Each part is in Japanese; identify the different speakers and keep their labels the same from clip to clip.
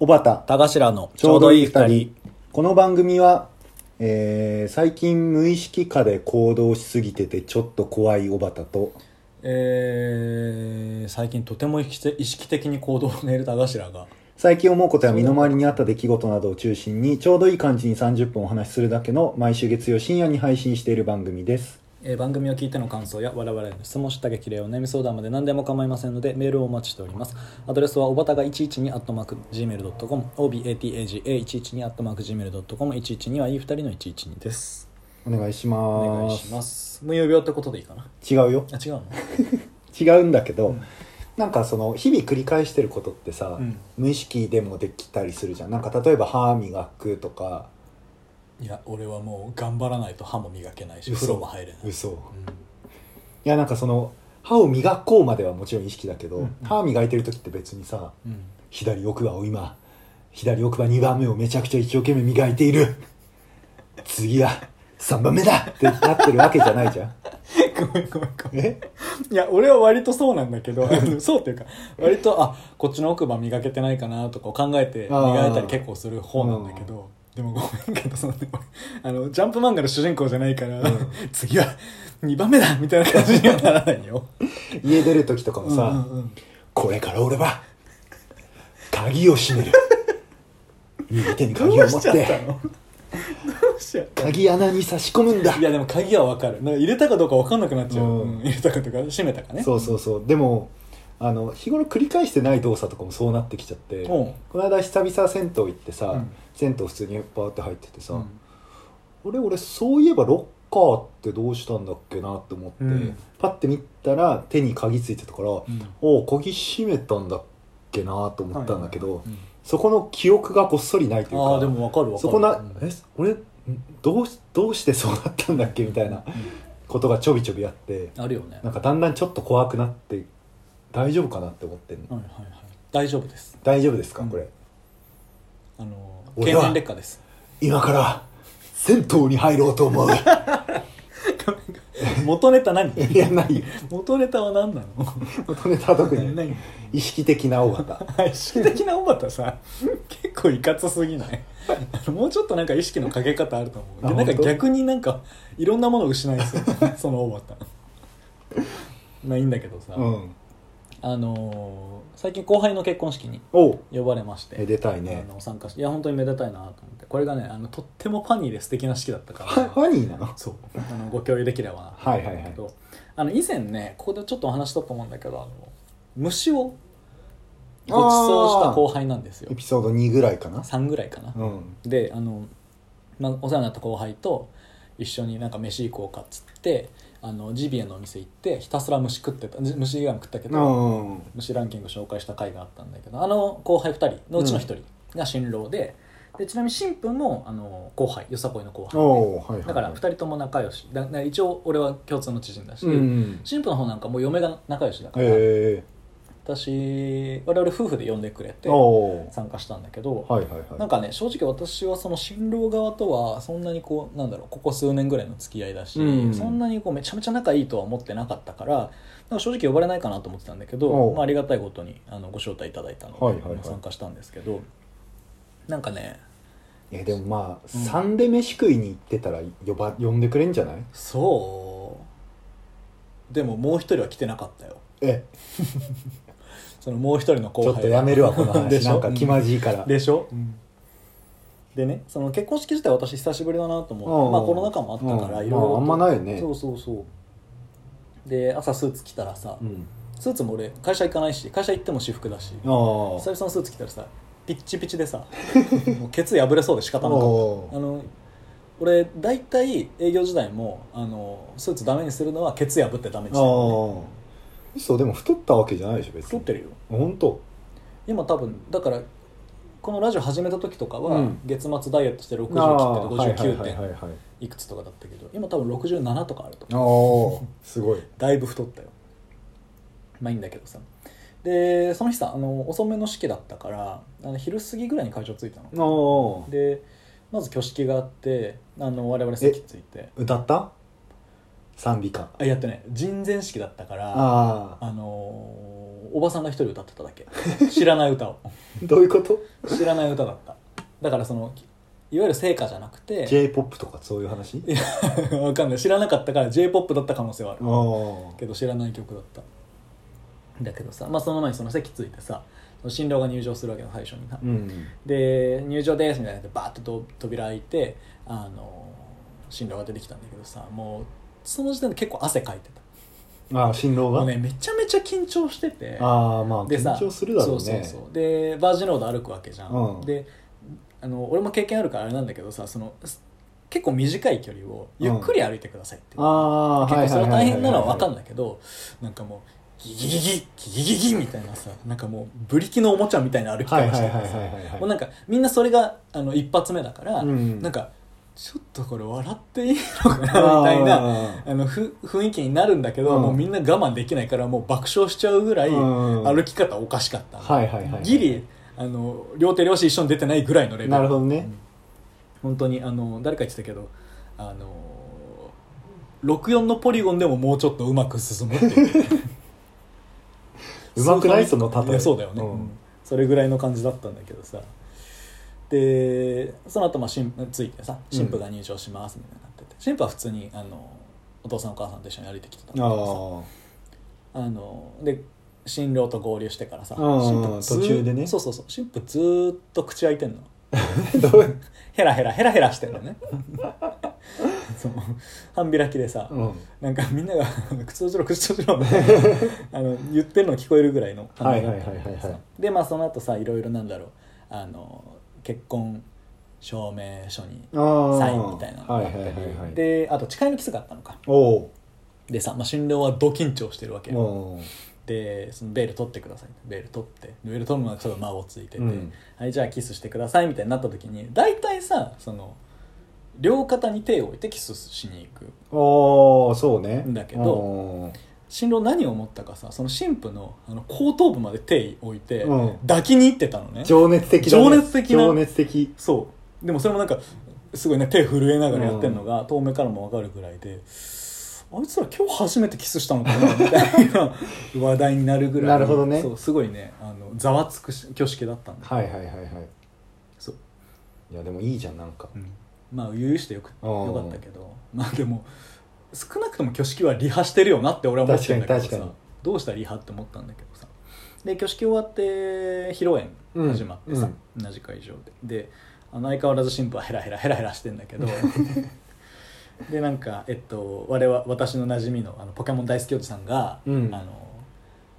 Speaker 1: 小畑
Speaker 2: 田頭の
Speaker 1: ちょうどいい二人。この番組は、えー最近無意識下で行動しすぎててちょっと怖い小畑と、
Speaker 2: えー、最近とても意識意識的に行動を練る田頭が
Speaker 1: 最近思うことや身の回りにあった出来事などを中心に、ちょうどいい感じに30分お話しするだけの毎週月曜深夜に配信している番組です。
Speaker 2: えー番組を聞いての感想や我々への質問した激励お悩み相談まで何でも構いませんのでメールをお待ちしておりますアドレスはおばたが112 gmail.com obataga112 gmail.com 112はいい2人の112です
Speaker 1: お願いし
Speaker 2: お
Speaker 1: ます。
Speaker 2: 願いします無有病ってことでいいかな
Speaker 1: 違うよ。
Speaker 2: あ違うの
Speaker 1: 違うんだけど、なんかその日々繰り返してることってさ、
Speaker 2: うん
Speaker 1: 無意識でもできたりするじゃん。なんか例えば歯磨くとか、
Speaker 2: いや俺はもう頑張らないと歯も磨けないし
Speaker 1: 嘘
Speaker 2: 風呂も入れ ない、
Speaker 1: 嘘。いやなんかその歯を磨こうまではもちろん意識だけど、
Speaker 2: うんうん
Speaker 1: 歯磨いてる時って別にさ
Speaker 2: うんうん
Speaker 1: 左奥歯を今左奥歯2番目をめちゃくちゃ一生懸命磨いている次は3番目だってなってるわけじゃないじゃん
Speaker 2: ごめんごめんごめん
Speaker 1: え
Speaker 2: いや俺は割とそうなんだけどあのそうっていうか割とあこっちの奥歯磨けてないかなとかを考えて
Speaker 1: あー
Speaker 2: 磨いたり結構する方なんだけどでもごめんけどそのでもあのジャンプ漫画の主人公じゃないから、
Speaker 1: うん
Speaker 2: 次は2番目だみたいな感じにはならないよ。
Speaker 1: 家出る時とかもさ、
Speaker 2: うんうんうん
Speaker 1: これから俺は鍵を閉める右手に鍵
Speaker 2: ど
Speaker 1: を
Speaker 2: う
Speaker 1: 持っ
Speaker 2: しちゃった
Speaker 1: て
Speaker 2: のどうしちゃった
Speaker 1: 鍵穴に差し込むんだ
Speaker 2: いやでも鍵は分かるなんか入れたかどうか分かんなくなっちゃう、
Speaker 1: うん
Speaker 2: うん入れたかとか閉めたかね
Speaker 1: そうそうそうでもあの日頃繰り返してない動作とかもそうなってきちゃって
Speaker 2: うんうん
Speaker 1: この間久々銭湯行ってさ、
Speaker 2: うん
Speaker 1: 銭湯普通にパーって入っててさ、あれ俺そういえばロッカーってどうしたんだっけなって思って、
Speaker 2: うん
Speaker 1: パッて見たら手に鍵ついてたから、
Speaker 2: うん
Speaker 1: おう鍵閉めたんだっけなと思ったんだけど、
Speaker 2: うん
Speaker 1: そこの記憶がこっそりないというか
Speaker 2: ああでも分かる分かる
Speaker 1: そこな、
Speaker 2: うん
Speaker 1: え俺んどうしどうしてそうなったんだっけみたいなことがちょびちょびあって
Speaker 2: あるよね
Speaker 1: なんかだんだんちょっと怖くなって大丈夫かなって思ってんの、
Speaker 2: はいはいはい大丈夫です
Speaker 1: 大丈夫ですか、
Speaker 2: うん
Speaker 1: これ
Speaker 2: あの
Speaker 1: 俺
Speaker 2: 経
Speaker 1: は
Speaker 2: 年劣化です
Speaker 1: 今から銭湯に入ろうと思う
Speaker 2: 元ネタ何
Speaker 1: いやないよ
Speaker 2: 元ネタは何なの
Speaker 1: 元ネタは特に
Speaker 2: 何
Speaker 1: 意識的な尾形
Speaker 2: 意識的な小畑さ結構いかつすぎない あのもうちょっとなんか意識のかけ方あると思う
Speaker 1: あ
Speaker 2: でなんか
Speaker 1: 本当
Speaker 2: 逆になんかいろんなものを失いそう その小畑まあいいんだけどさ、
Speaker 1: うん
Speaker 2: あのー最近後輩の結婚式に
Speaker 1: おう
Speaker 2: 呼ばれまして
Speaker 1: めでたい
Speaker 2: あ
Speaker 1: ね
Speaker 2: の参加していや本当にめでたいなと思ってこれがねあのとってもファニーで素敵な式だったか ら
Speaker 1: ファファニーなの
Speaker 2: そうあのご共有できればなと
Speaker 1: はいはい
Speaker 2: 思うんだ
Speaker 1: はい
Speaker 2: けどあの以前ねここでちょっとお話ししたと思うんだけどあの虫をごちそうした後輩なんですよ
Speaker 1: エピソード2ぐらいかな
Speaker 2: 3ぐらいかな、
Speaker 1: うん
Speaker 2: であの、まあ、お世話になった後輩と一緒になんか飯行こうかっつってあのジビエのお店行ってひたすら虫食ってたじ虫以外も食ったけ
Speaker 1: う
Speaker 2: ど
Speaker 1: んうん
Speaker 2: 虫ランキング紹介した回があったんだけどあの後輩2人のうちの1人が新郎で,、でちなみに新婦もあの後輩よさこいの後輩
Speaker 1: おうはいはいはい
Speaker 2: だから2人とも仲良しだだから一応俺は共通の知人だし、
Speaker 1: うん
Speaker 2: 新婦の方なんかもう嫁が仲良しだから、
Speaker 1: え
Speaker 2: 私我々夫婦で呼んでくれ
Speaker 1: え
Speaker 2: て
Speaker 1: おう
Speaker 2: 参加したんだけど、
Speaker 1: はいはいはい
Speaker 2: なんかね正直私はその新郎側とはそんなにこうなんだろうここ数年ぐらいの付き合いだし、
Speaker 1: うん
Speaker 2: そんなにこうめちゃめちゃ仲いいとは思ってなかったからなんか正直呼ばれないかなと思ってたんだけ
Speaker 1: お
Speaker 2: ど、
Speaker 1: う
Speaker 2: まあ、ありがたいことにあのご招待いただいたので、
Speaker 1: はいはいはい
Speaker 2: 参加したんですけどなんかね
Speaker 1: えでもまあ、
Speaker 2: うん
Speaker 1: 3で飯食いに行ってたら呼ば呼んでくれんじゃない
Speaker 2: そうでももう一人は来てなかったよ
Speaker 1: え
Speaker 2: そのもう一人の
Speaker 1: ち
Speaker 2: 後
Speaker 1: ょ
Speaker 2: 輩
Speaker 1: っとやめるわこの
Speaker 2: で
Speaker 1: 話
Speaker 2: しょ
Speaker 1: なんか気まじいから、
Speaker 2: でしょ、でねその結婚式自体私久しぶりだなと思
Speaker 1: う
Speaker 2: うんまあコロナ禍もあったから
Speaker 1: うん
Speaker 2: いろいろと、
Speaker 1: まああんまないよね
Speaker 2: そうそうそうで朝スーツ着たらさ、
Speaker 1: うん、
Speaker 2: スーツも俺会社行かないし会社行っても私服だし
Speaker 1: ああお
Speaker 2: 久々のスーツ着たらさピッチピチでさ もうケツ破れそうで仕方なかった
Speaker 1: お
Speaker 2: あの俺大体営業時代もあのスーツダメにするのはケツ破ってダメにしてるのね
Speaker 1: あ嘘でも太ったわけじゃないでしょ別に
Speaker 2: 太ってるよ
Speaker 1: 本当
Speaker 2: 今多分だからこのラジオ始めた時とか
Speaker 1: う
Speaker 2: は
Speaker 1: ん
Speaker 2: 月末ダイエットして60切ってて
Speaker 1: はいはい
Speaker 2: 59点
Speaker 1: はいはいはい
Speaker 2: いくつとかだったけど今多分67とかあると
Speaker 1: あ あすごい
Speaker 2: だいぶ太ったよまあいいんだけどさでその日さあの遅めの式だったからあの昼過ぎぐらいに会場着いたの
Speaker 1: ああ
Speaker 2: でまず挙式があってあの我々席着いて
Speaker 1: 歌った賛美歌
Speaker 2: あやってね人前式だったからあ
Speaker 1: ああ
Speaker 2: のーおばさんが一人歌ってただけ知らない歌を
Speaker 1: どういうこと
Speaker 2: 知らない歌だっただからそのいわゆる聖歌じゃなくて
Speaker 1: j p o p とかそういう話
Speaker 2: いや わかんない知らなかったから j p o p だった可能性はある
Speaker 1: ああ
Speaker 2: けど知らない曲だっただけどさ、まあ、その前にその席ついてさその新郎が入場するわけの最初にな、
Speaker 1: うん
Speaker 2: で入場ですみたいなでバーッとと扉開いてあの新郎が出てきたんだけどさもうその時点で結構汗かいてた
Speaker 1: ああ新郎
Speaker 2: も
Speaker 1: が、
Speaker 2: うねめちゃめちゃ緊張してて
Speaker 1: ああまあ
Speaker 2: でさ
Speaker 1: 緊張するだろうね
Speaker 2: そうそうそうでバージンロード歩くわけじゃん、
Speaker 1: うん
Speaker 2: であの俺も経験あるからあれなんだけどさそのす結構短い距離をゆっくり歩いてくださいって、
Speaker 1: ああ
Speaker 2: 結構それは大変なのは分かん
Speaker 1: い
Speaker 2: ないけどなんかもうギギギギギギギギみたいなさなんかもうブリキのおもちゃみたいな歩き
Speaker 1: は
Speaker 2: 方
Speaker 1: い
Speaker 2: し
Speaker 1: は
Speaker 2: て
Speaker 1: い
Speaker 2: てさ
Speaker 1: はいはいはいはい
Speaker 2: もうなんかみんなそれがあの一発目だから、
Speaker 1: うん
Speaker 2: なんかちょっとこれ笑っていいのかなみたいな
Speaker 1: な
Speaker 2: あのふ雰囲気になるんだけど、
Speaker 1: うん
Speaker 2: もうみんな我慢できないからもう爆笑しちゃうぐらい
Speaker 1: うん
Speaker 2: 歩き方おかしかった、
Speaker 1: はいはいはい
Speaker 2: ギリあの両手両足一緒に出てないぐらいのレベル
Speaker 1: なるほどね
Speaker 2: うん本当にあの誰か言ってたけどあの64のポリゴンでももうちょっとうまく進むっていう
Speaker 1: うまくないその例
Speaker 2: い
Speaker 1: え
Speaker 2: やそうだよね、
Speaker 1: うん
Speaker 2: うんそれぐらいの感じだったんだけどさでその後まあ新ついてさ新婦が入場しますみたいになってて新婦は普通にあのお父さんお母さんと一緒に歩いてきてたんだけどさ
Speaker 1: あ
Speaker 2: あので新郎と合流してからさ
Speaker 1: うん
Speaker 2: 新婦ずー
Speaker 1: 途中でね
Speaker 2: そうそうそう新婦ずーっと口開いてんの
Speaker 1: あ どういう
Speaker 2: ヘラヘラヘラヘラしてん のねそう半開きでさ、
Speaker 1: うん
Speaker 2: なんかみんなが口閉じろ口 閉じろあの言ってるの聞こえるぐらいの感じだったんだ
Speaker 1: は
Speaker 2: けど
Speaker 1: いはいはいはいは
Speaker 2: さでまあその後さいろいろなんだろうあの結婚証明書に
Speaker 1: ああ
Speaker 2: サインみたいなのが
Speaker 1: は
Speaker 2: あ
Speaker 1: い
Speaker 2: っ
Speaker 1: はい
Speaker 2: た
Speaker 1: は
Speaker 2: り
Speaker 1: いはい
Speaker 2: であと誓いのキスがあったのか
Speaker 1: おう
Speaker 2: でさ、まあ、新郎はド緊張してるわけよ
Speaker 1: おう
Speaker 2: でそのベール取ってくださいベール取ってベール取るのがちょっと孫ついてて、
Speaker 1: うん
Speaker 2: はいじゃあキスしてくださいみたいになった時に大体さその両肩に手を置いてキスしに行く
Speaker 1: おうそうね
Speaker 2: だけど
Speaker 1: おう
Speaker 2: 新郎何を思ったかさその新婦のあの後頭部まで手を置いて、
Speaker 1: うん
Speaker 2: 抱きに行ってたのね
Speaker 1: 情熱的だね
Speaker 2: 情熱的な
Speaker 1: 情熱的
Speaker 2: そうでもそれもなんかすごいね手震えながらやってるのが、遠目からも分かるぐらいであいつら今日初めてキスしたのかなみたいな 話題になるぐらい
Speaker 1: なるほどね
Speaker 2: そうすごいねあのざわつくし挙式だったんだ
Speaker 1: はいはいはいはい
Speaker 2: そう、
Speaker 1: いやでもいいじゃんなんか
Speaker 2: うんまあ悠々してよく
Speaker 1: うん
Speaker 2: よかったけどまあでも少なくとも挙式はリハしてるよなって俺は思ってんだけど
Speaker 1: 確かに確か
Speaker 2: さ
Speaker 1: に
Speaker 2: どうしたリハって思ったんだけどさで挙式終わって披露宴始まってさ、同じ会場でであの相変わらず新婦はヘラヘラヘラヘラしてんだけど でなんかえっと我々私の馴染みのあのポケモン大好きおじさんが、
Speaker 1: うん
Speaker 2: あの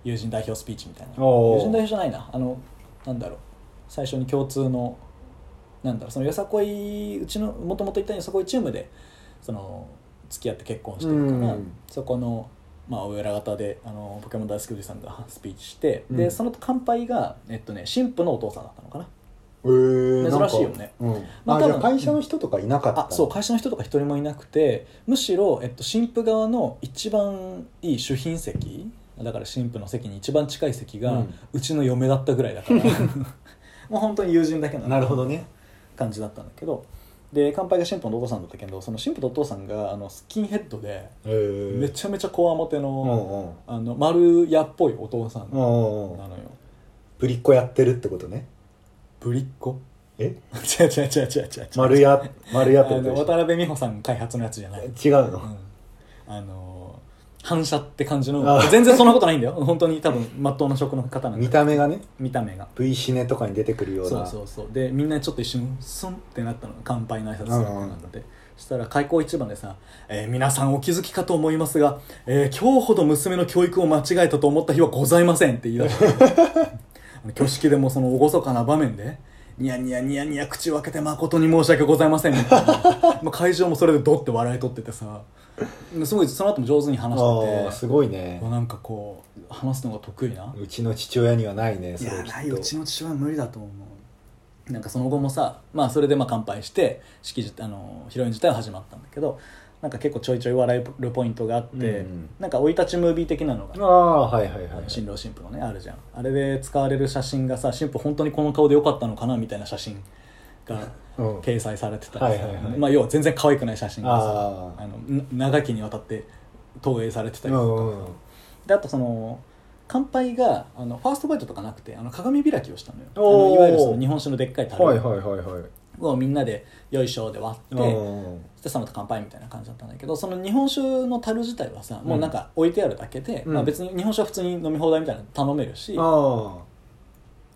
Speaker 2: 友人代表スピーチみたいな
Speaker 1: おー
Speaker 2: 友人代表じゃないなあのなんだろう最初に共通のなんだろうそのよさこいうちのもともといたよさこいチームでその付き合って結婚してるから、
Speaker 1: うん
Speaker 2: そこの、まあ、お偉方であのポケモン大好きおじさんがスピーチして、
Speaker 1: うん
Speaker 2: でその乾杯が、えっとね、新婦のお父さんだったのかな
Speaker 1: えーなんか
Speaker 2: 珍しいよね
Speaker 1: うん
Speaker 2: まあ
Speaker 1: あじゃ
Speaker 2: 多
Speaker 1: あ
Speaker 2: 分
Speaker 1: 会社の人とかいなかった
Speaker 2: あそう会社の人とか一人もいなくてむしろ、えっと、新婦側の一番いい主賓席だから新婦の席に一番近い席が、う
Speaker 1: うん
Speaker 2: ちの嫁だったぐらいだから もう本当に友人だけの
Speaker 1: なるほどね
Speaker 2: 感じだったんだけどで乾杯が新婦のお父さんだったけどその新婦のお父さんがあのスキンヘッドで
Speaker 1: えー
Speaker 2: めちゃめちゃこわもて
Speaker 1: うんう
Speaker 2: の,、
Speaker 1: ん
Speaker 2: あの丸屋っぽいお父さん
Speaker 1: う
Speaker 2: な
Speaker 1: う
Speaker 2: ん
Speaker 1: んうん
Speaker 2: のよ
Speaker 1: ぶりっ子やってるってことね
Speaker 2: ぶりっ子
Speaker 1: え
Speaker 2: 違う違う違う違う違う違う
Speaker 1: 丸や丸やって
Speaker 2: あ
Speaker 1: る
Speaker 2: の
Speaker 1: こと
Speaker 2: 渡辺美穂さん開発のやつじゃない
Speaker 1: でしょ違うの
Speaker 2: あの反射って感じの
Speaker 1: あ
Speaker 2: 全然そんなことないんだよ本当に多分まっとうな職の方なん
Speaker 1: 見
Speaker 2: だけど
Speaker 1: た目がね
Speaker 2: 見た目が
Speaker 1: V シネとかに出てくるよう
Speaker 2: そう
Speaker 1: な
Speaker 2: そうそうでみんなちょっと一瞬スンってなったの乾杯の挨拶するってなって、そしたら開口一番でさ、えー皆さんお気づきかと思いますが、えー今日ほど娘の教育を間違えたと思った日はございません」って言い出してあの挙式でもその厳かな場面で「ニヤニヤニヤニヤ口を開けて誠に申し訳ございません」みたいなまあ会場もそれでドッて笑い取っててさすごいその後も上手に話
Speaker 1: ああ
Speaker 2: して
Speaker 1: す
Speaker 2: て
Speaker 1: ごいね
Speaker 2: なんかこう話すのが得意な
Speaker 1: うちの父親にはないね
Speaker 2: い
Speaker 1: それ
Speaker 2: や
Speaker 1: きっ
Speaker 2: な
Speaker 1: と
Speaker 2: いうちの父親は無理だと思うなんかその後もさまあそれでまあ乾杯して式自あの披露宴自体は始まったんだけどなんか結構ちょいちょい笑えるポイントがあって、
Speaker 1: うん
Speaker 2: なんか生い立ちムービー的なのが、
Speaker 1: ああはいはい
Speaker 2: あ
Speaker 1: はい
Speaker 2: の新郎新婦のねあるじゃんあれで使われる写真がさ新婦本当にこの顔でよかったのかなみたいな写真が
Speaker 1: うん
Speaker 2: 掲載されてたりさ
Speaker 1: はいはいはい
Speaker 2: まあ要は全然可愛くない写真がさ
Speaker 1: あー
Speaker 2: あのな長きにわたって投影されてた
Speaker 1: う
Speaker 2: りとか、
Speaker 1: んうんうん
Speaker 2: であとその乾杯があのファーストバイトとかなくてあの鏡開きをしたのよあ
Speaker 1: おー
Speaker 2: のいわゆるその日本酒のでっかい樽
Speaker 1: はいはいはいはい
Speaker 2: をみんなでよいしょで割って、
Speaker 1: うん
Speaker 2: そしてその後乾杯みたいな感じだったんだけどその日本酒の樽自体はさもうなんか置いてあるだけで、
Speaker 1: うん
Speaker 2: まあ、別に日本酒は普通に飲み放題みたいなの頼めるし、
Speaker 1: あ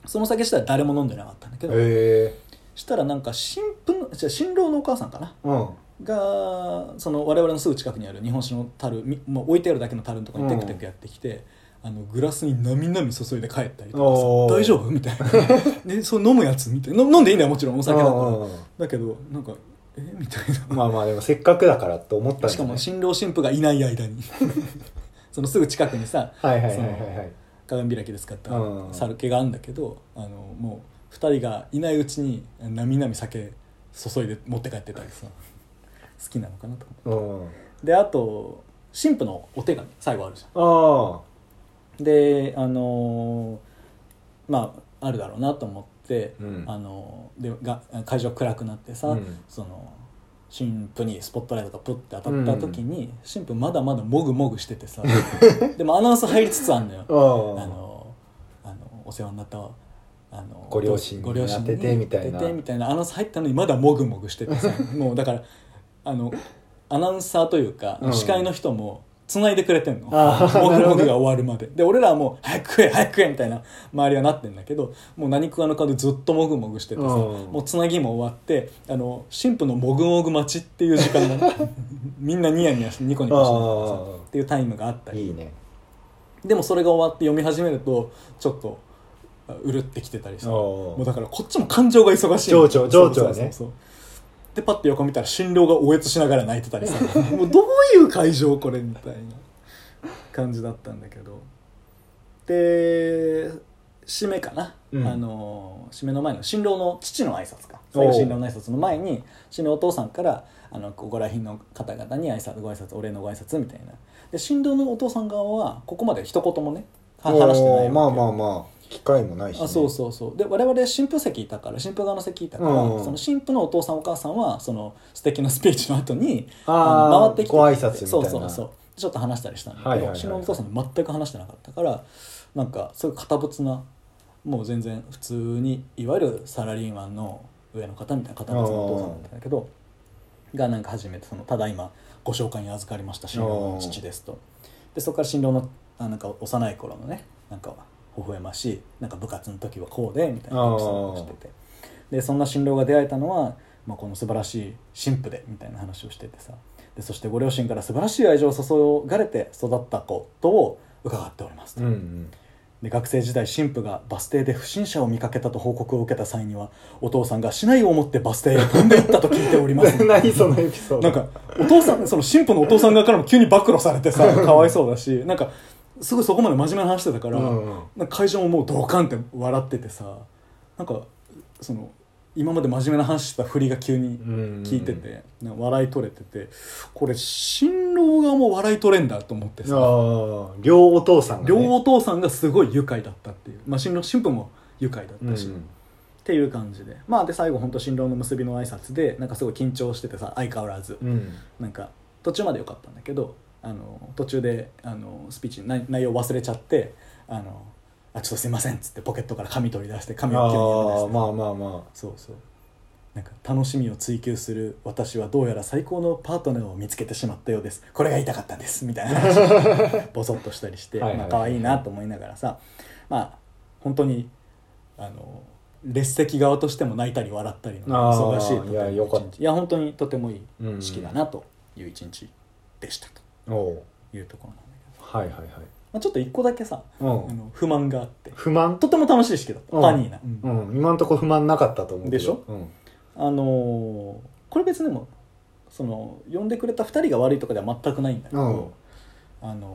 Speaker 2: その酒自体は誰も飲んでなかったんだけ
Speaker 1: あ
Speaker 2: ど、
Speaker 1: へえ
Speaker 2: したらなんか新婦のじゃあ新郎のお母さんかな
Speaker 1: うん
Speaker 2: がその我々のすぐ近くにある日本酒の樽みもう置いてあるだけの樽のとこに
Speaker 1: う
Speaker 2: テ
Speaker 1: ん
Speaker 2: クテクやってきて、あのグラスになみなみ注いで帰ったりとかさ
Speaker 1: おー
Speaker 2: 大丈夫み たいなでそう飲むやつみたいな飲飲んでいいんだよもちろんお酒だ
Speaker 1: う
Speaker 2: か
Speaker 1: ん
Speaker 2: ら
Speaker 1: うんうん
Speaker 2: だけどなんかえみたい
Speaker 1: まあまあでもせっかくだからと思ったんだ
Speaker 2: な
Speaker 1: ね
Speaker 2: しかも新郎新婦がいない間 にそのすぐ近くにさ
Speaker 1: はいはいはいはいはい
Speaker 2: 鏡開きで使った
Speaker 1: うん
Speaker 2: 猿系があるんだけどあのもう2人がいないうちになみなみ酒注いで持って帰ってたりさ好きなのかなと思
Speaker 1: うん
Speaker 2: うであと神父のお手紙最後あるじゃ
Speaker 1: あ
Speaker 2: んであのーまああるだろうなと思って、
Speaker 1: うん
Speaker 2: あのーでが会場暗くなってさ、
Speaker 1: あうん
Speaker 2: その神父にスポットライトがプッて当たった時に、神父まだまだもぐもぐしてて さでもアナウンス入りつつあんのよ
Speaker 1: うん
Speaker 2: あのあのお世話になったあの
Speaker 1: ご両親に
Speaker 2: ご両親に
Speaker 1: 当ててみたいな
Speaker 2: 当ててみたいなアナウンス入ったのにまだもぐもぐし ててさもうだからあのアナウンサーというか、
Speaker 1: うん
Speaker 2: 司会の人も繋いでくれてんの
Speaker 1: あー
Speaker 2: もぐ
Speaker 1: なるほ
Speaker 2: も
Speaker 1: ど
Speaker 2: ぐ
Speaker 1: ね
Speaker 2: が終わるまでで俺らはもう早く食え早く食えみたいな周りはなってんだけどもう何食わぬ顔でずっともぐもぐしててさ、
Speaker 1: うん
Speaker 2: もうつなぎも終わってあの神父のもぐもぐ待ちっていう時 間がみんなニヤニヤしてニコニコしてながらさ
Speaker 1: あー
Speaker 2: っていうタイムがあったり
Speaker 1: いいね
Speaker 2: でもそれが終わって読み始めるとちょっとあうるってきてたりしても
Speaker 1: お
Speaker 2: う
Speaker 1: ー
Speaker 2: だからこっちも感情が忙しい
Speaker 1: 情緒情緒
Speaker 2: は
Speaker 1: はね
Speaker 2: でパッて横見たら新郎がおえつしながら泣いてたりさ もうどういう会場これみたいな感じだったんだけどで締めかな、
Speaker 1: うん
Speaker 2: あの締めの前の新郎の父の挨拶か最後新郎の挨拶の前に新郎お父さんからあのここら辺の方々に挨拶ご挨拶お礼のご挨拶みたいなで新郎のお父さん側はここまで一言もねは話してないわけ
Speaker 1: おーまあまあまあ機会もないしね
Speaker 2: あそうそうそうで我々神父席いたから神父側の席いたから、
Speaker 1: うん
Speaker 2: その神父のお父さんお母さんはその素敵なスピーチの後にあの
Speaker 1: あ
Speaker 2: 回ってきて
Speaker 1: ご挨拶みたいな
Speaker 2: そうそうそうちょっと話したりしたんだけど、
Speaker 1: はいはいはい
Speaker 2: うちのお父さんに全く話してなかったからなんかすごい堅物なもう全然普通にいわゆるサラリーマンの上の方みたいな堅物のお父さんだったんだけどがなんか初めてその「ただいまご紹介に預かりました新郎の父です」と。でそこから新郎のあなんか幼い頃のねなんか微笑ましいなんか部活の時はこうでみたいなエピソードをしててでそんな新郎が出会えたのは、まあ、この素晴らしい新婦でみたいな話をしててさでそしてご両親から素晴らしい愛情を注がれて育ったことを伺っておりますと、
Speaker 1: うんうん
Speaker 2: で学生時代新婦がバス停で不審者を見かけたと報告を受けた際にはお父さんが竹刀を持ってバス停へ飛んでいったと聞いておりま す
Speaker 1: 何そのエピソード
Speaker 2: なんかお父さんその神父のお父さん側からも急に暴露されてさかわいそうだしなんかすごいそこまで真面目な話してたから、
Speaker 1: うんうん
Speaker 2: なんか会場ももうドカンって笑っててさなんかその今まで真面目な話してた振りが急に聞いてて、なんか笑い取れててこれ新郎側も笑い取れんだと思って
Speaker 1: あ
Speaker 2: さ
Speaker 1: あ両お父さんが、ね、
Speaker 2: 両お父さんがすごい愉快だったっていう、まあ、新郎新婦も愉快だったし、
Speaker 1: うん
Speaker 2: っていう感じでまあで最後本当新郎の結びの挨拶でなんかすごい緊張しててさ相変わらず、
Speaker 1: うん
Speaker 2: なんか途中まで良かったんだけどあの途中であのスピーチ内内容忘れちゃってあのあちょっとすいませんっつってポケットから紙取り出して紙を切り
Speaker 1: ああ
Speaker 2: 出して
Speaker 1: まあまあま
Speaker 2: そうそうなんか楽しみを追求する私はどうやら最高のパートナーを見つけてしまったようですこれが言いたかったんですみ たいな話をボソッとしたりして
Speaker 1: はいはい
Speaker 2: まあ可愛いなと思いながらさまあ本当にあの列席側としても泣いたり笑ったりの
Speaker 1: あー
Speaker 2: 忙しいとても
Speaker 1: いやよかった
Speaker 2: 一日いや本当にとてもいい
Speaker 1: うん
Speaker 2: 式だなという一日でした
Speaker 1: あおう
Speaker 2: というところなんだけど、
Speaker 1: はいはいはい
Speaker 2: まあ、ちょっと一個だけさ、
Speaker 1: うん
Speaker 2: あの不満があって
Speaker 1: 不満
Speaker 2: とても楽しい式だった、
Speaker 1: うん
Speaker 2: ファニーな、うん
Speaker 1: うん今んとこ不満なかったと思うけど
Speaker 2: でしょ
Speaker 1: うん
Speaker 2: あのーこれ別にでもその呼んでくれた2人が悪いとかでは全くないんだけど、あのー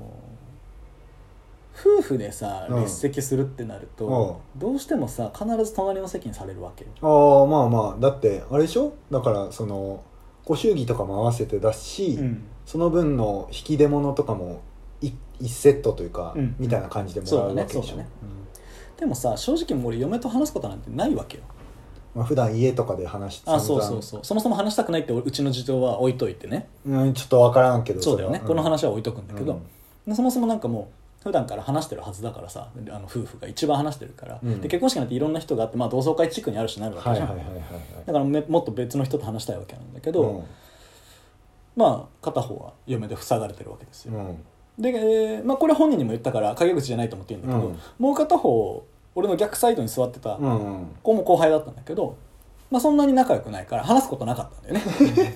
Speaker 2: 夫婦でさ
Speaker 1: うん
Speaker 2: 列席するってなると、どうしてもさ必ず隣の席にされるわけよ
Speaker 1: ああまあまあだってあれでしょだからそのご祝儀とかも合わせてだし、
Speaker 2: うん
Speaker 1: その分の引き出物とかもい一セットというか、
Speaker 2: うん
Speaker 1: みたいな感じでもら
Speaker 2: そううだ
Speaker 1: わ
Speaker 2: ね
Speaker 1: け
Speaker 2: そ
Speaker 1: で
Speaker 2: う
Speaker 1: し
Speaker 2: だ
Speaker 1: ょ
Speaker 2: ね、うんでもさ正直もう俺嫁と話すことなんてないわけよ
Speaker 1: まあ普段家とかで話して
Speaker 2: あそうそうそうそもそも話したくないってうちの事情は置いといてね
Speaker 1: うん、ちょっとわからんけど
Speaker 2: そうだよね、
Speaker 1: れは
Speaker 2: この話は置いとくんだけど、そもそもなんかもう普段から話してるはずだからさあの夫婦が一番話してるから、
Speaker 1: うん
Speaker 2: で結婚式なんていろんな人があって、まあ、同窓会地区にあるしなるわけ
Speaker 1: はい
Speaker 2: じゃ
Speaker 1: は
Speaker 2: ん、
Speaker 1: いはいはいはい
Speaker 2: だからめもっと別の人と話したいわけなんだけど、まあ片方は嫁で塞がれてるわけです
Speaker 1: うん
Speaker 2: よ、で、えーまあ、これ本人にも言ったから陰口じゃないと思って言うんだけど、
Speaker 1: うん
Speaker 2: もう片方俺の逆サイドに座ってた
Speaker 1: うんうん
Speaker 2: 子も後輩だったんだけど、まあ、そんなに仲良くないから話すことなかったんだよね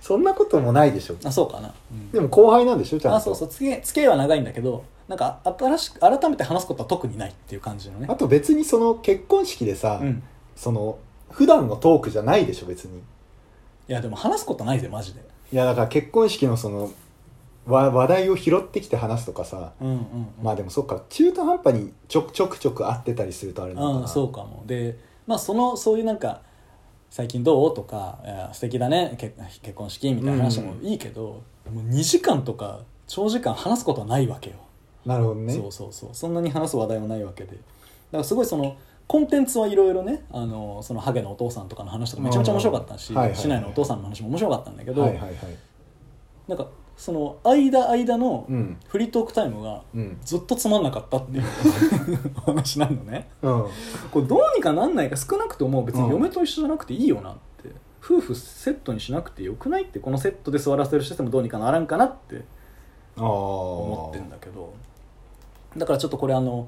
Speaker 1: そんなこともないでしょ
Speaker 2: あそうかな、
Speaker 1: でも後輩なんでしょちゃんと
Speaker 2: あそうそう付き合い付き合いは長いんだけどなんか新しく改めて話すことは特にないっていう感じのね
Speaker 1: あと別にその結婚式でさ、
Speaker 2: うん
Speaker 1: その普段のトークじゃないでしょ別に
Speaker 2: いやでも話すことないぜマジで
Speaker 1: いやだから結婚式のそのわ話題を拾ってきて話すとかさ
Speaker 2: うんうん、うん、
Speaker 1: まあでもそっか中途半端にちょくちょくちょく会ってたりするとあれなのか
Speaker 2: う、
Speaker 1: なん
Speaker 2: そうかもでまあそのそういうなんか「最近どう?」とかいや「素敵だね結結婚式」みたいな話もいいけど、もう2時間とか長時間話すことはないわけよ、
Speaker 1: なるほどね
Speaker 2: そうそうそうそんなに話す話題はないわけでだからすごいそのコンテンツはいろいろねあのそのハゲのお父さんとかの話とかめちゃめちゃ面白かったし、
Speaker 1: うんはいはいはい
Speaker 2: 市内のお父さんの話も面白かったんだけど、
Speaker 1: はいはいはい
Speaker 2: なんかその間間の
Speaker 1: うん
Speaker 2: フリートークタイムが
Speaker 1: うん
Speaker 2: ずっとつまんなかった っていうお話なのね
Speaker 1: うん
Speaker 2: これどうにかなんないか少なくとも別
Speaker 1: う
Speaker 2: に
Speaker 1: ん
Speaker 2: 嫁と一緒じゃなくていいよなって、夫婦セットにしなくてよくないってこのセットで座らせるシステムどうにかならんかなって
Speaker 1: ああ
Speaker 2: 思ってんだけどだからちょっとこれあの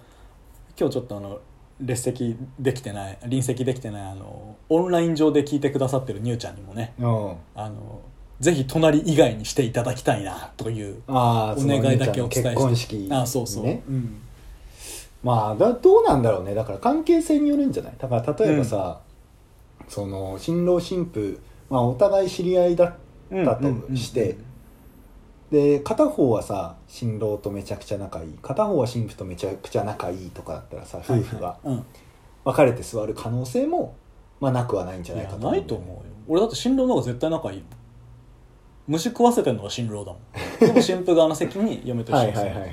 Speaker 2: 今日ちょっとあの列席できてない臨席できてないあのオンライン上で聞いてくださってるニューちゃんにもね
Speaker 1: うん
Speaker 2: あのぜひ隣以外にしていただきたいなという
Speaker 1: ああ
Speaker 2: お願いだけお伝えして
Speaker 1: 結婚式
Speaker 2: あそうそう、
Speaker 1: ね
Speaker 2: うん
Speaker 1: まあだどうなんだろうねだから関係性によるんじゃないだから例えばさ、その新郎新婦、まあ、お互い知り合いだっだとしてで片方はさ新郎とめちゃくちゃ仲いい片方は新婦とめちゃくちゃ仲いいとかだったらさ夫婦が
Speaker 2: はいはい
Speaker 1: 別れて座る可能性も、まあ、なくはないんじ
Speaker 2: う
Speaker 1: ゃ
Speaker 2: ん、い
Speaker 1: ない
Speaker 2: や
Speaker 1: かと
Speaker 2: ないと思うよ俺だって新郎の方が絶対仲いいもん虫食わせてんのが新郎だもん でも新婦側の席に嫁と一
Speaker 1: は
Speaker 2: 緒
Speaker 1: い
Speaker 2: に座
Speaker 1: は
Speaker 2: る
Speaker 1: いはいはい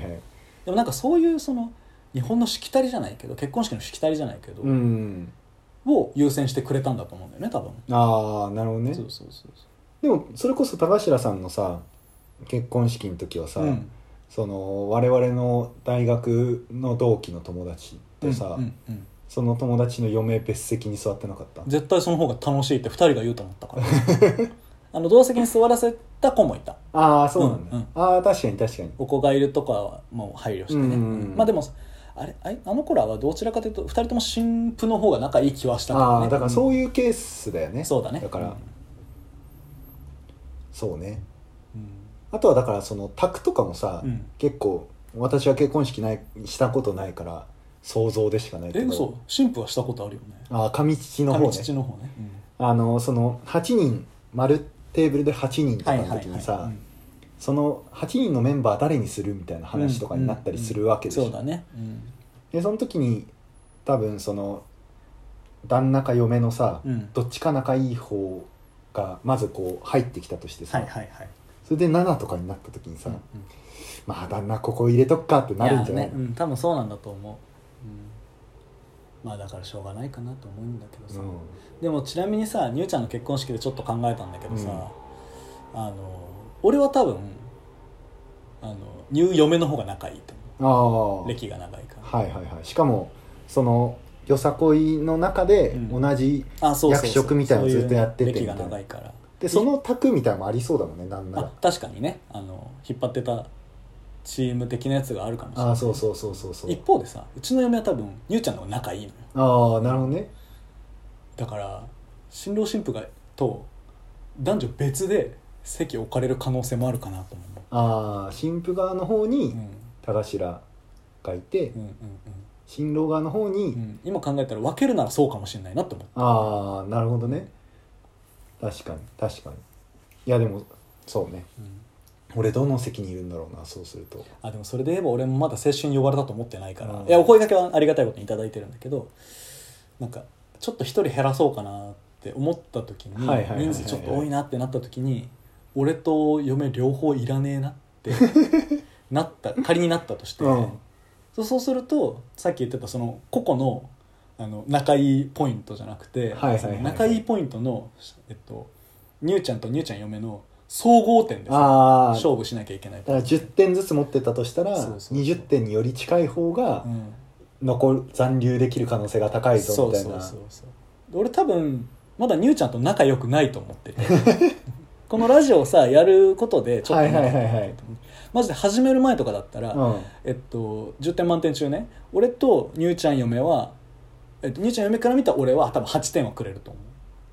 Speaker 2: でもなんかそういうその日本のしきたりじゃないけど結婚式のしきたりじゃないけど、
Speaker 1: うん
Speaker 2: を優先してくれたんだと思うんだよね多分
Speaker 1: ああなるほどね
Speaker 2: そうそうそうそ
Speaker 1: でもそれこそ高頭さんのさ結婚式の時はさ、
Speaker 2: ううん
Speaker 1: その我々の大学の同期の友達とさ、
Speaker 2: うんうん
Speaker 1: その友達の嫁別席に座ってなかった
Speaker 2: 絶対その方が楽しいって2人が言うと 思ったからあの同席に座らせた子もいた
Speaker 1: ああそうなんだ、
Speaker 2: うんうん
Speaker 1: ああ確かに確かに
Speaker 2: お子がいるとかはもう配慮してね、
Speaker 1: うんうんうん
Speaker 2: まあでもあれあいあの頃はどちらかというと2人とも新婦の方が仲いい気はしたけど
Speaker 1: ああだから
Speaker 2: う
Speaker 1: そういうケースだよね、
Speaker 2: んそうだね
Speaker 1: だから、そうね
Speaker 2: う
Speaker 1: あとはだからその宅とかもさ、
Speaker 2: ん、うん
Speaker 1: 結構私は結婚式ないしたことないから想像でしかないけ
Speaker 2: え
Speaker 1: ど
Speaker 2: 嘘新婦はしたことあるよね
Speaker 1: ああ上父の
Speaker 2: 上
Speaker 1: 方ね
Speaker 2: 父の方ね、
Speaker 1: あのその8人丸テーブルで8人とかの時にさ、その8人のメンバー誰にするみたいな話とかになったりするわけでしょ、
Speaker 2: そうだね、うん
Speaker 1: でその時に多分その旦那か嫁のさ、
Speaker 2: うん、
Speaker 1: どっちか仲いい方がまずこう入ってきたとしてさ、
Speaker 2: はいはいはい
Speaker 1: それで7とかになった時にさ、
Speaker 2: うんうん
Speaker 1: まあ旦那ここ入れとくかってなるんじゃない
Speaker 2: やねうん、多分そうなんだと思う、まあだからしょうがないかなと思うんだけどさ、
Speaker 1: うん
Speaker 2: でもちなみにさにゅうちゃんの結婚式でちょっと考えたんだけどさ、あの俺は多分あのにゅう嫁の方が仲いいと
Speaker 1: ああ
Speaker 2: 思う歴が長いから
Speaker 1: はいはいはいしかもそのよさこいの中で
Speaker 2: うん
Speaker 1: 同じ、
Speaker 2: あそうそうそ
Speaker 1: 役
Speaker 2: う
Speaker 1: 職みたいなのずっとやってて
Speaker 2: そういう歴が長いから
Speaker 1: でその卓みたいのもありそうだもんねなんな
Speaker 2: あ
Speaker 1: ら
Speaker 2: 確かにねあの引っ張ってたチーム的なやつがあるかもしれ
Speaker 1: あ
Speaker 2: な
Speaker 1: あ
Speaker 2: い
Speaker 1: そうそうそうそうそう
Speaker 2: 一方でさうちの嫁は多分にゅうちゃんの方が仲いいのよ
Speaker 1: ああなるほどね
Speaker 2: だから新郎新婦がと男女別で席置かれる可能性もあるかなと思う、
Speaker 1: ああ新婦側の方
Speaker 2: う
Speaker 1: に
Speaker 2: ん
Speaker 1: 田頭がいて、
Speaker 2: うんうん
Speaker 1: 新郎側の方に、
Speaker 2: うんうん、今考えたら分けるならそうかもしれないなと思っ
Speaker 1: ああなるほどね確かに確かにいやでもそうね
Speaker 2: た、
Speaker 1: 俺どの席にいるんだろうなそうすると
Speaker 2: あでもそれで言えば俺もまだ青春に呼ばれたと思ってないから、
Speaker 1: うん
Speaker 2: いやお声掛けはありがたいことに頂いただいてるんだけどなんかちょっと一人減らそうかなって思った時に
Speaker 1: はいはいはいはい
Speaker 2: 人数ちょっと多いなってなった時に俺と嫁両方いらねえなって なった仮になったとして、
Speaker 1: うん
Speaker 2: そうそうするとさっき言ってたその個々のあの仲いいポイントじゃなく
Speaker 1: はい
Speaker 2: て、
Speaker 1: はいはい
Speaker 2: その仲いいポイントの、えっと、ニューちゃんとニューちゃん嫁の総合点ですよ
Speaker 1: ああだ
Speaker 2: 勝負しなきゃいけない
Speaker 1: から10点ずつ持ってたとしたら
Speaker 2: そうそうそう
Speaker 1: 20点により近い方が
Speaker 2: うん
Speaker 1: 残る残留できる可能性が高いぞ
Speaker 2: そ
Speaker 1: み
Speaker 2: う
Speaker 1: たい
Speaker 2: そう
Speaker 1: な
Speaker 2: そうそう俺多分まだニューちゃんと仲良くないと思って てこのラジオをさやることでちょっと仲良くなってると思う
Speaker 1: はいはいはいはい
Speaker 2: マジで始める前とかだったら、
Speaker 1: うん
Speaker 2: えっと、10点満点中ね俺とニューちゃん嫁は、えっと、ニューちゃん嫁から見た俺は多分8点はくれると思う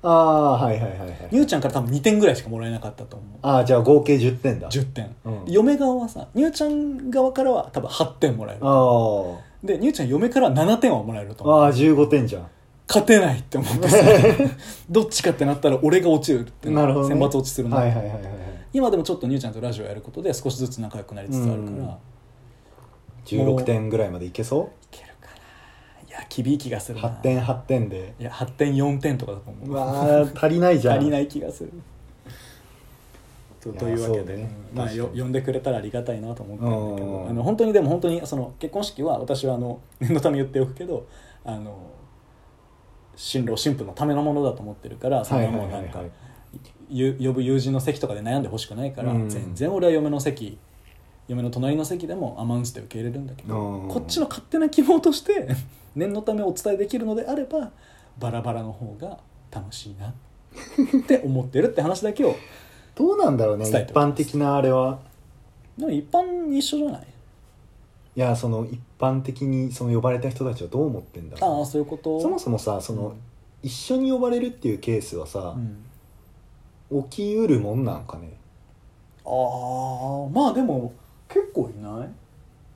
Speaker 1: ああはいはいはいはい
Speaker 2: ニューちゃんから多分2点ぐらいしかもらえなかったと思う
Speaker 1: ああじゃあ合計10点だ
Speaker 2: 10点、
Speaker 1: うん
Speaker 2: 嫁側はさニューちゃん側からは多分8点もらえる
Speaker 1: あー
Speaker 2: でニューちゃん嫁からは7点はもらえると思う
Speaker 1: あー15点じゃん
Speaker 2: 勝てないって思ってさ どっちかってなったら俺が落ちるって
Speaker 1: なるほどね
Speaker 2: 選抜落ちするな
Speaker 1: はいはいはいはいはい
Speaker 2: 今でもちょっとニューちゃんとラジオやることで少しずつ仲良くなりつつあるから、
Speaker 1: うん
Speaker 2: い
Speaker 1: 16点ぐらいまでいけそ
Speaker 2: けるかないや厳い気がす
Speaker 1: う
Speaker 2: るな
Speaker 1: 8点8点で
Speaker 2: いや8点4点とかだと思
Speaker 1: う
Speaker 2: う
Speaker 1: わー足りないじゃん
Speaker 2: 足りないい気がすると
Speaker 1: いや
Speaker 2: というわけ
Speaker 1: そ
Speaker 2: で、
Speaker 1: うね
Speaker 2: うんまあ、よ
Speaker 1: 確かに
Speaker 2: 呼んでくれたらありがたいなと思ってるんだけ
Speaker 1: うんうんう
Speaker 2: ど
Speaker 1: ん
Speaker 2: あの本当にでも本当にその結婚式は私はあの念のため言っておくけどあの新郎新婦のためのものだと思ってるからそ
Speaker 1: は
Speaker 2: れ
Speaker 1: い
Speaker 2: は
Speaker 1: はい
Speaker 2: もう
Speaker 1: は
Speaker 2: なん
Speaker 1: い
Speaker 2: か
Speaker 1: はい
Speaker 2: ゆ呼ぶ友人の席とかで悩んでほしくないから、
Speaker 1: うん
Speaker 2: 全然俺は嫁の席嫁の隣の席でも甘んじて受け入れるんだけど、
Speaker 1: うん
Speaker 2: こっちの勝手な希望として 念のためお伝えできるのであればバラバラの方が楽しいなって思ってるって話だけを
Speaker 1: どうなんだろうね一
Speaker 2: 伝えており
Speaker 1: 般
Speaker 2: ます
Speaker 1: 的なあれは
Speaker 2: でも一般に一緒じゃない
Speaker 1: いやその一般的にその呼ばれた人たちはどう思ってんだ
Speaker 2: ああ
Speaker 1: ろ
Speaker 2: そういうこと
Speaker 1: うそもそもさその、一緒に呼ばれるっていうケースはさ
Speaker 2: う、ん
Speaker 1: 起きうるもんなんかね
Speaker 2: ああまあでも結構いない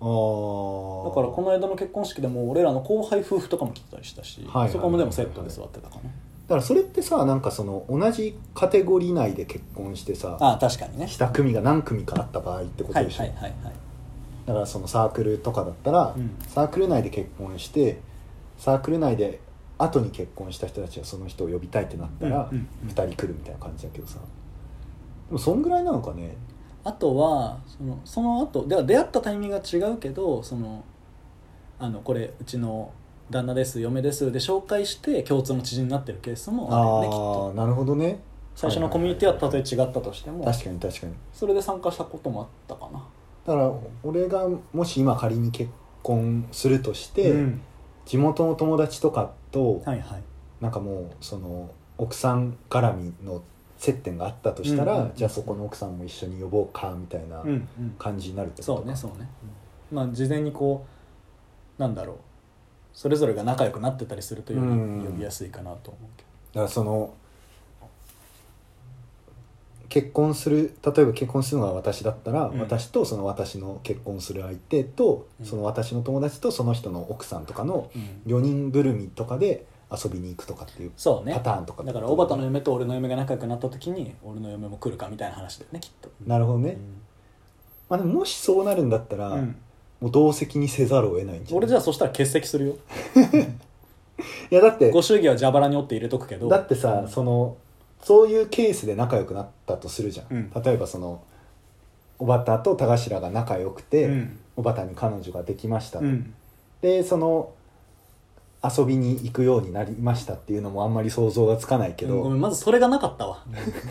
Speaker 1: ああ
Speaker 2: だからこの間の結婚式でも俺らの後輩夫婦とかも来てたりしたし、
Speaker 1: はいはいはい
Speaker 2: そこもでもセットで座ってたかな、
Speaker 1: だからそれってさなんかその同じカテゴリー内で結婚してさ
Speaker 2: ああ確かにね
Speaker 1: 下組が何組かあった場合ってこと
Speaker 2: はい
Speaker 1: でしょ、
Speaker 2: はいはいはい
Speaker 1: だからそのサークルとかだったら、
Speaker 2: うん
Speaker 1: サークル内で結婚してサークル内で後に結婚した人たちはその人を呼びたいってなったら、
Speaker 2: うんうんうん
Speaker 1: 2人来るみたいな感じだけどさでもそんぐらいなのかね
Speaker 2: あとはそのその後では出会ったタイミングが違うけどそのあのこれうちの旦那です嫁ですで紹介して共通の知人になってるケースもあるよねきっ
Speaker 1: あ
Speaker 2: と
Speaker 1: あなるほどね
Speaker 2: 最初のコミュニティはたとえ違ったとしても、
Speaker 1: 確かに確かに
Speaker 2: それで参加したこともあったかな
Speaker 1: だから俺がもし今仮に結婚するとして、
Speaker 2: うん
Speaker 1: 地元の友達とかと
Speaker 2: はいはい
Speaker 1: なんかもうその奥さん絡みの接点があったとしたら、
Speaker 2: うんうんうん
Speaker 1: じゃあそこの奥さんも一緒に呼ぼうかみたいな
Speaker 2: うんうん
Speaker 1: 感じになるってこと
Speaker 2: そ
Speaker 1: か、
Speaker 2: うねそうね、まあ事前にこうなんだろうそれぞれが仲良くなってたりするとよ
Speaker 1: うん
Speaker 2: り呼びやすいかなと思うけ
Speaker 1: だ
Speaker 2: ど、
Speaker 1: からその結婚する例えば結婚するのが私だったら、
Speaker 2: うん
Speaker 1: 私とその私の結婚する相手と、
Speaker 2: うん
Speaker 1: その私の友達とその人の奥さんとかの
Speaker 2: うん
Speaker 1: 4人ぐるみとかで遊びに行くとかっていう
Speaker 2: そうね
Speaker 1: パターンとかって
Speaker 2: だ
Speaker 1: こ
Speaker 2: か
Speaker 1: と
Speaker 2: ら小畑の嫁と俺の嫁が仲良くなった時に俺の嫁も来るかみたいな話だよねきっと
Speaker 1: なるほどね、
Speaker 2: うん
Speaker 1: まあ、でももしそうなるんだったら、
Speaker 2: うん
Speaker 1: もう同席にせざるを得ないんじゃない
Speaker 2: 俺じゃあそしたら欠席するよ
Speaker 1: いやだって
Speaker 2: ご祝儀は蛇腹に折って入れとくけど
Speaker 1: だってさ、そのそういうケースで仲良くなったとするじゃん、
Speaker 2: うん
Speaker 1: 例えばその小畑と田頭が仲良くて、
Speaker 2: うん
Speaker 1: 小畑に彼女ができましたと、
Speaker 2: うん
Speaker 1: でその遊びに行くようになりましたっていうのもあんまり想像がつかないけど、
Speaker 2: ごめんまずそれがなかったわ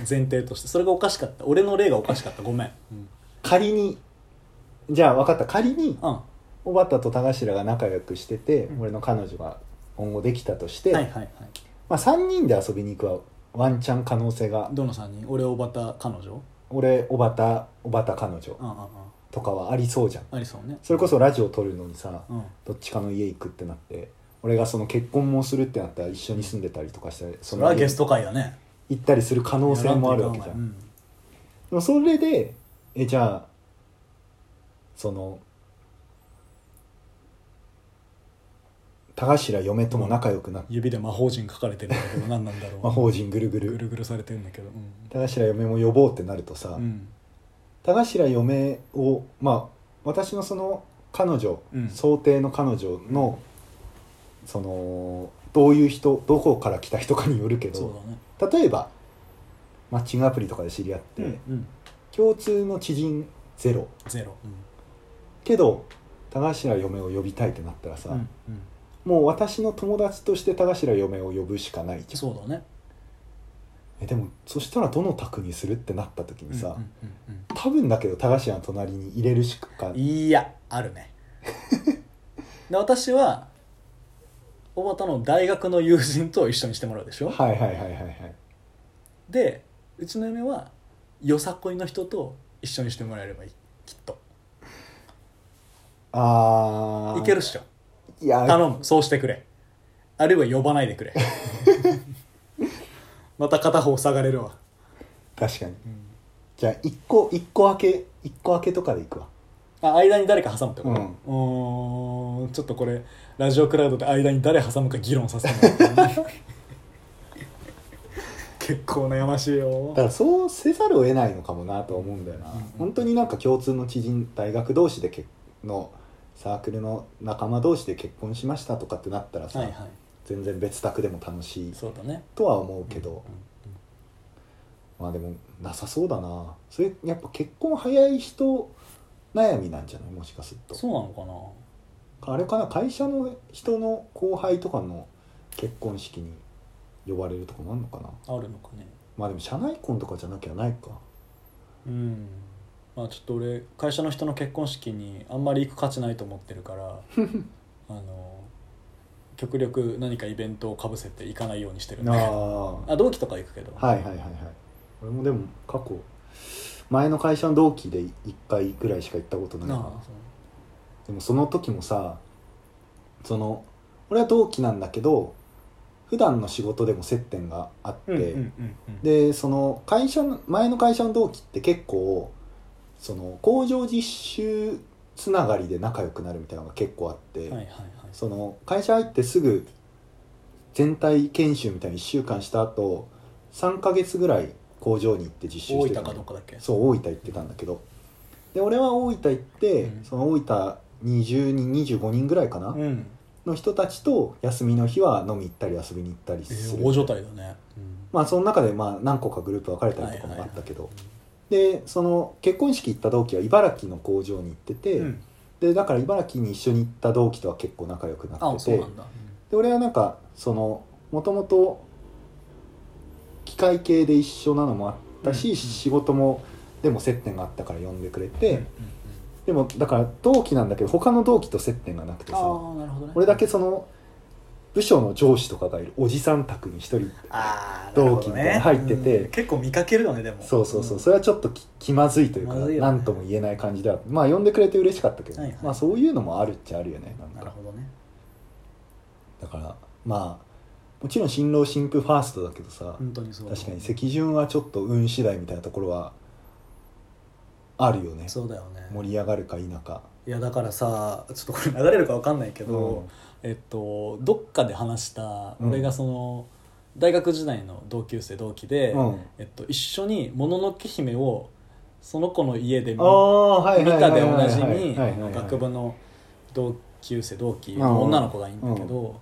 Speaker 2: 前提としてそれがおかしかった俺の例がおかしかったごめんうん、
Speaker 1: 仮にじゃあ分かった仮に
Speaker 2: は
Speaker 1: 小畑と田頭が仲良くしてて、
Speaker 2: うん
Speaker 1: 俺の彼女が今後できたとし
Speaker 2: い
Speaker 1: て、
Speaker 2: はいはい
Speaker 1: まあ、3人で遊びに行くはワンチャン可能性が
Speaker 2: どの3人俺おばた彼女
Speaker 1: 俺小畑小畑彼女
Speaker 2: あああ
Speaker 1: とかはありそうじゃん
Speaker 2: あありそうね
Speaker 1: それこそラジオ撮るのにさ
Speaker 2: うん
Speaker 1: どっちかの家行くってなって俺がその結婚もするってなったら一緒に住んでたりとかしたりそ
Speaker 2: それは
Speaker 1: の
Speaker 2: ゲスト会だね
Speaker 1: 行ったりする可能性もあるわけじゃ
Speaker 2: うん
Speaker 1: でもそれでえじゃあその田頭嫁とも仲良くなって、
Speaker 2: 指で魔法陣書かれてるんだけど何なんだろう
Speaker 1: 魔法陣ぐるぐ
Speaker 2: ぐ
Speaker 1: る
Speaker 2: るぐるされてるんだけどうん
Speaker 1: 田頭嫁も呼ぼうってなるとさ、
Speaker 2: うん
Speaker 1: 田頭嫁をまあ私のその彼女、
Speaker 2: うん
Speaker 1: 想定の彼女のそのどういう人どこから来た人かによるけ
Speaker 2: そう
Speaker 1: ど
Speaker 2: だね
Speaker 1: 例えばマッチングアプリとかで知り合って、
Speaker 2: うん
Speaker 1: 共通の知人ゼロ
Speaker 2: ゼロうん
Speaker 1: けど田頭嫁を呼びたいってなったらさ、
Speaker 2: うんうん
Speaker 1: もう私の友達として田頭嫁を呼ぶしかないじゃん
Speaker 2: そうだね
Speaker 1: えでもそしたらどの卓にするってなった時にさ、
Speaker 2: うんうんうん
Speaker 1: 多分だけど田頭の隣に入れるしか
Speaker 2: うんいやある ねで私はおばたの大学の友人と一緒にしてもらうでしょ
Speaker 1: はいはいはいはいはい
Speaker 2: でうちの嫁はよさこいの人と一緒にしてもらえればいいきっと
Speaker 1: あー
Speaker 2: いけるっしょ
Speaker 1: いや
Speaker 2: 頼むそうしてくれあるいは呼ばないでく れまた片方下がれるわ、
Speaker 1: 確かにじゃあ一個一個開け一個開けとかでいくわ
Speaker 2: あ間に誰か挟むってこと、うーんちょっとこれラジオクラウドで間に誰挟むか議論させてもら って結構悩ましいよ
Speaker 1: だからそうせざるを得ないのかもなと思うんだよな、
Speaker 2: うんうん
Speaker 1: 本当になんか共通の知人大学同士で結のサークルの仲間同士で結婚しましたとかってなったらさ、
Speaker 2: はいは
Speaker 1: 全然別宅でも楽し
Speaker 2: い
Speaker 1: い
Speaker 2: そうだね
Speaker 1: とは思うけど、
Speaker 2: うんうん
Speaker 1: まあでもなさそうだなそれやっぱ結婚早い人悩みなんじゃないもしかすると
Speaker 2: そうなのかな
Speaker 1: あれかな会社の人の後輩とかの結婚式に呼ばれるとかもあんのかな
Speaker 2: あるのかね
Speaker 1: まあでも社内婚とかじゃなきゃないか
Speaker 2: うんまあちょっと俺会社の人の結婚式にあんまり行く価値ないと思ってるから あの極力何かイベントをかぶせて行かないようにしてる
Speaker 1: ああ
Speaker 2: ねあ同期とか行くけど、
Speaker 1: はいはいはいはい俺もでも過去前の会社の同期で1回ぐらいしか行ったことない
Speaker 2: な
Speaker 1: な
Speaker 2: あそう
Speaker 1: でもその時もさその俺は同期なんだけど普段の仕事でも接点があって、
Speaker 2: うんうんうんうん
Speaker 1: でその会社の前の会社の同期って結構その工場実習つながりで仲良くなるみたいなのが結構あって、
Speaker 2: はいはいはい
Speaker 1: その会社入ってすぐ全体研修みたいな1週間した後3ヶ月ぐらい工場に行って実習
Speaker 2: 大
Speaker 1: して
Speaker 2: 分
Speaker 1: た
Speaker 2: かどっかだっけ
Speaker 1: そう大分行ってたんだけどで俺は大分行って、
Speaker 2: うん
Speaker 1: その大分20人25人ぐらいかな、
Speaker 2: うん
Speaker 1: の人たちと休みの日は飲み行ったり遊びに行ったり
Speaker 2: え
Speaker 1: す
Speaker 2: ー
Speaker 1: る、
Speaker 2: 大所帯だね、うん
Speaker 1: まあその中でまあ何個かグループ分かれたりとかもあったけど、でその結婚式行った同期は茨城の工場に行ってて、
Speaker 2: うん
Speaker 1: でだから茨城に一緒に行った同期とは結構仲良くな
Speaker 2: あ
Speaker 1: って
Speaker 2: そ
Speaker 1: て
Speaker 2: うなんだ、
Speaker 1: で俺はなんかそのもともと機械系で一緒なのもあったし、
Speaker 2: うん
Speaker 1: 仕事もでも接点があったから呼んでくれ
Speaker 2: う
Speaker 1: て、
Speaker 2: んうんうん
Speaker 1: でもだから同期なんだけど他の同期と接点がなくてさ
Speaker 2: ああなるほどね
Speaker 1: 俺だけその部署の上司とかがいるおじさん宅に一人
Speaker 2: ああ
Speaker 1: 同期みたいなの入ってて
Speaker 2: 結構見かけるよねでも
Speaker 1: そうそうそう、
Speaker 2: ん
Speaker 1: それはちょっとき気まずいというか
Speaker 2: まずいよね
Speaker 1: 何とも言えない感じではまあ呼んでくれて嬉しかったけど、
Speaker 2: はいはい
Speaker 1: まあ、そういうのもあるっちゃあるよねなん
Speaker 2: なる
Speaker 1: か
Speaker 2: ほどね
Speaker 1: だからまあもちろん新郎新婦ファーストだけどさ、
Speaker 2: 本当にそう
Speaker 1: 確かに席順はちょっと運次第みたいなところはあるよね
Speaker 2: そうだよね
Speaker 1: 盛り上がるか否か、
Speaker 2: いやだからさちょっとこれ流れるかわかんないけ
Speaker 1: うん
Speaker 2: ど、えっとどっかで話した
Speaker 1: うん
Speaker 2: 俺がその、大学時代の同級生同期で、
Speaker 1: うん、
Speaker 2: えっと、一緒に「もののけ姫」をその子の家で見
Speaker 1: ああはい
Speaker 2: 見
Speaker 1: はい
Speaker 2: た
Speaker 1: はい
Speaker 2: でお
Speaker 1: は
Speaker 2: ないじ
Speaker 1: はい
Speaker 2: み
Speaker 1: はいはい
Speaker 2: 学部の同級生同期
Speaker 1: うん
Speaker 2: の女の子がいいんだけど、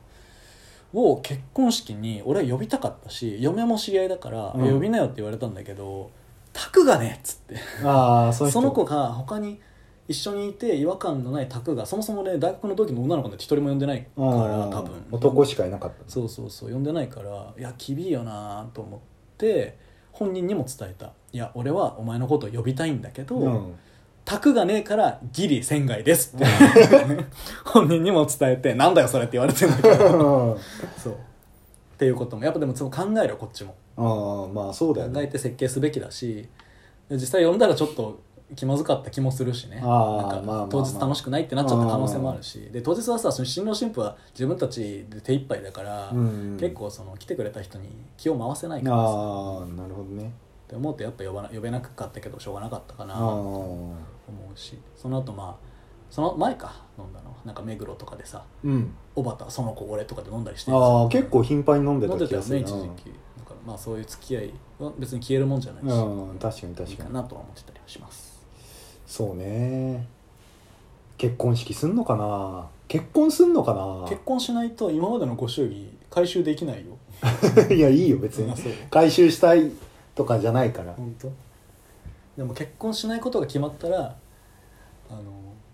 Speaker 2: を結婚式に俺は呼びたかったし嫁も知り合いだから「
Speaker 1: うん
Speaker 2: 呼びなよ」って言われたんだけど「タクがね」っつって。
Speaker 1: ああそういう人
Speaker 2: その子が他に一緒にいて違和感のないタクがそもそもね大学の同期の女の子なんて一人も呼んでないか
Speaker 1: うん
Speaker 2: ら多分
Speaker 1: 男しかいなかった
Speaker 2: そうそうそう呼んでないからいや厳いよなと思って本人にも伝えたいや俺はお前のことを呼びたいんだけど、
Speaker 1: うん
Speaker 2: タクがねえからギリ仙外ですって 本人にも伝えてなんだよそれって言われてんだけ どそうっていうこともやっぱでもそう考えろこっちも
Speaker 1: ああまあそうだよ
Speaker 2: 考え
Speaker 1: ね
Speaker 2: て設計すべきだし実際呼んだらちょっと気まずかった気もするしね
Speaker 1: あー
Speaker 2: なんか
Speaker 1: まあまあまあ
Speaker 2: 当日楽しくないってなっちゃった可能性もあるしで当日はさその新郎新婦は自分たちで手一杯だから、
Speaker 1: うん
Speaker 2: 結構その来てくれた人に気を回せないからさ
Speaker 1: ああなるほどね
Speaker 2: って思うとやっぱ呼ばな呼べなかったけどしょうがなかったかな
Speaker 1: ああ
Speaker 2: と思うしその後まあその前か飲んだのはなんか目黒とかでさ
Speaker 1: うん
Speaker 2: 小畑その子俺とかで飲んだりしてる
Speaker 1: ああ結構頻繁に飲んで
Speaker 2: 飲
Speaker 1: た
Speaker 2: んで
Speaker 1: 気
Speaker 2: たよ
Speaker 1: がす
Speaker 2: ね
Speaker 1: る
Speaker 2: 一時期だからまあそういう付き合いは別に消えるもんじゃないし、
Speaker 1: うん確かに
Speaker 2: いい
Speaker 1: 確か
Speaker 2: か
Speaker 1: に
Speaker 2: なとは思ってたりはします
Speaker 1: そうね結婚式すんのかな結婚すんのか
Speaker 2: 結婚しないと今までのご祝儀回収できないよ
Speaker 1: な いやいいよ別に
Speaker 2: あそう
Speaker 1: 回収したいとかじゃないから
Speaker 2: 本当でも結婚しないことが決まったらあの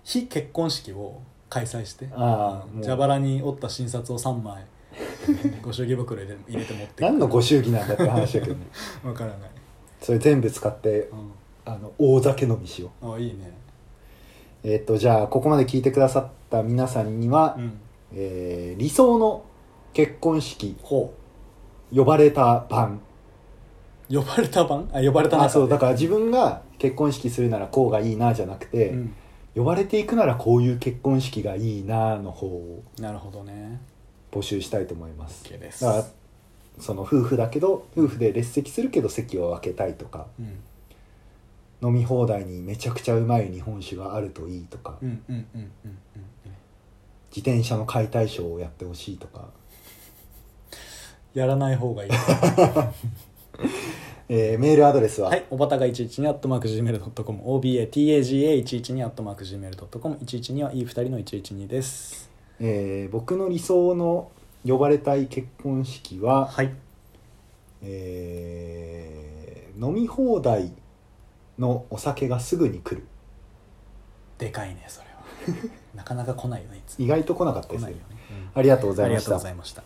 Speaker 2: 非結婚式を開催して
Speaker 1: ああも
Speaker 2: 蛇
Speaker 1: う
Speaker 2: 腹に折った新札を3枚ご祝儀袋入れ入れて持って
Speaker 1: 何のご
Speaker 2: 祝
Speaker 1: 祝儀なんだって話だけど ね
Speaker 2: わからない、
Speaker 1: それ全部使って
Speaker 2: う、
Speaker 1: あの大酒飲みしようん
Speaker 2: あいいね
Speaker 1: えっとじゃあここまで聞いてくださった皆さんには、
Speaker 2: うん
Speaker 1: えー理想の結婚式
Speaker 2: ほ
Speaker 1: 呼ばれた版
Speaker 2: う呼ばれた番あ呼ばれた
Speaker 1: あそうだ
Speaker 2: か
Speaker 1: から自分が結婚式するならこうがいいなじゃなくて、
Speaker 2: うん、
Speaker 1: 呼ばれていくならこういう結婚式がいいなの方を
Speaker 2: なるほどね
Speaker 1: 募集したいと思いますだ
Speaker 2: OK です
Speaker 1: からその夫婦だけど夫婦で列席するけど席を分けたいとか
Speaker 2: うん
Speaker 1: 飲み放題にめちゃくちゃうまい日本酒があるといいとか、
Speaker 2: うんうんうんうんうん
Speaker 1: 自転車の解体ショーをやってほしいとか、
Speaker 2: やらない方がい い
Speaker 1: えーメールアドレスは、
Speaker 2: はいおばたが112アットマーク Gmail.com obatagaga112 アットマーク Gmail.com112 はいい2人の112です
Speaker 1: えー僕の理想の呼ばれたい結婚式は、
Speaker 2: はい
Speaker 1: えー飲み放題のお酒がすぐに来る
Speaker 2: でか いねそれはなかなか来ないよねいつも
Speaker 1: 意外と来なかった
Speaker 2: 来
Speaker 1: です
Speaker 2: な
Speaker 1: ね
Speaker 2: いよね、うん
Speaker 1: ありがとうござ
Speaker 2: あ
Speaker 1: い
Speaker 2: り
Speaker 1: ま
Speaker 2: が
Speaker 1: し
Speaker 2: とう
Speaker 1: た
Speaker 2: ございました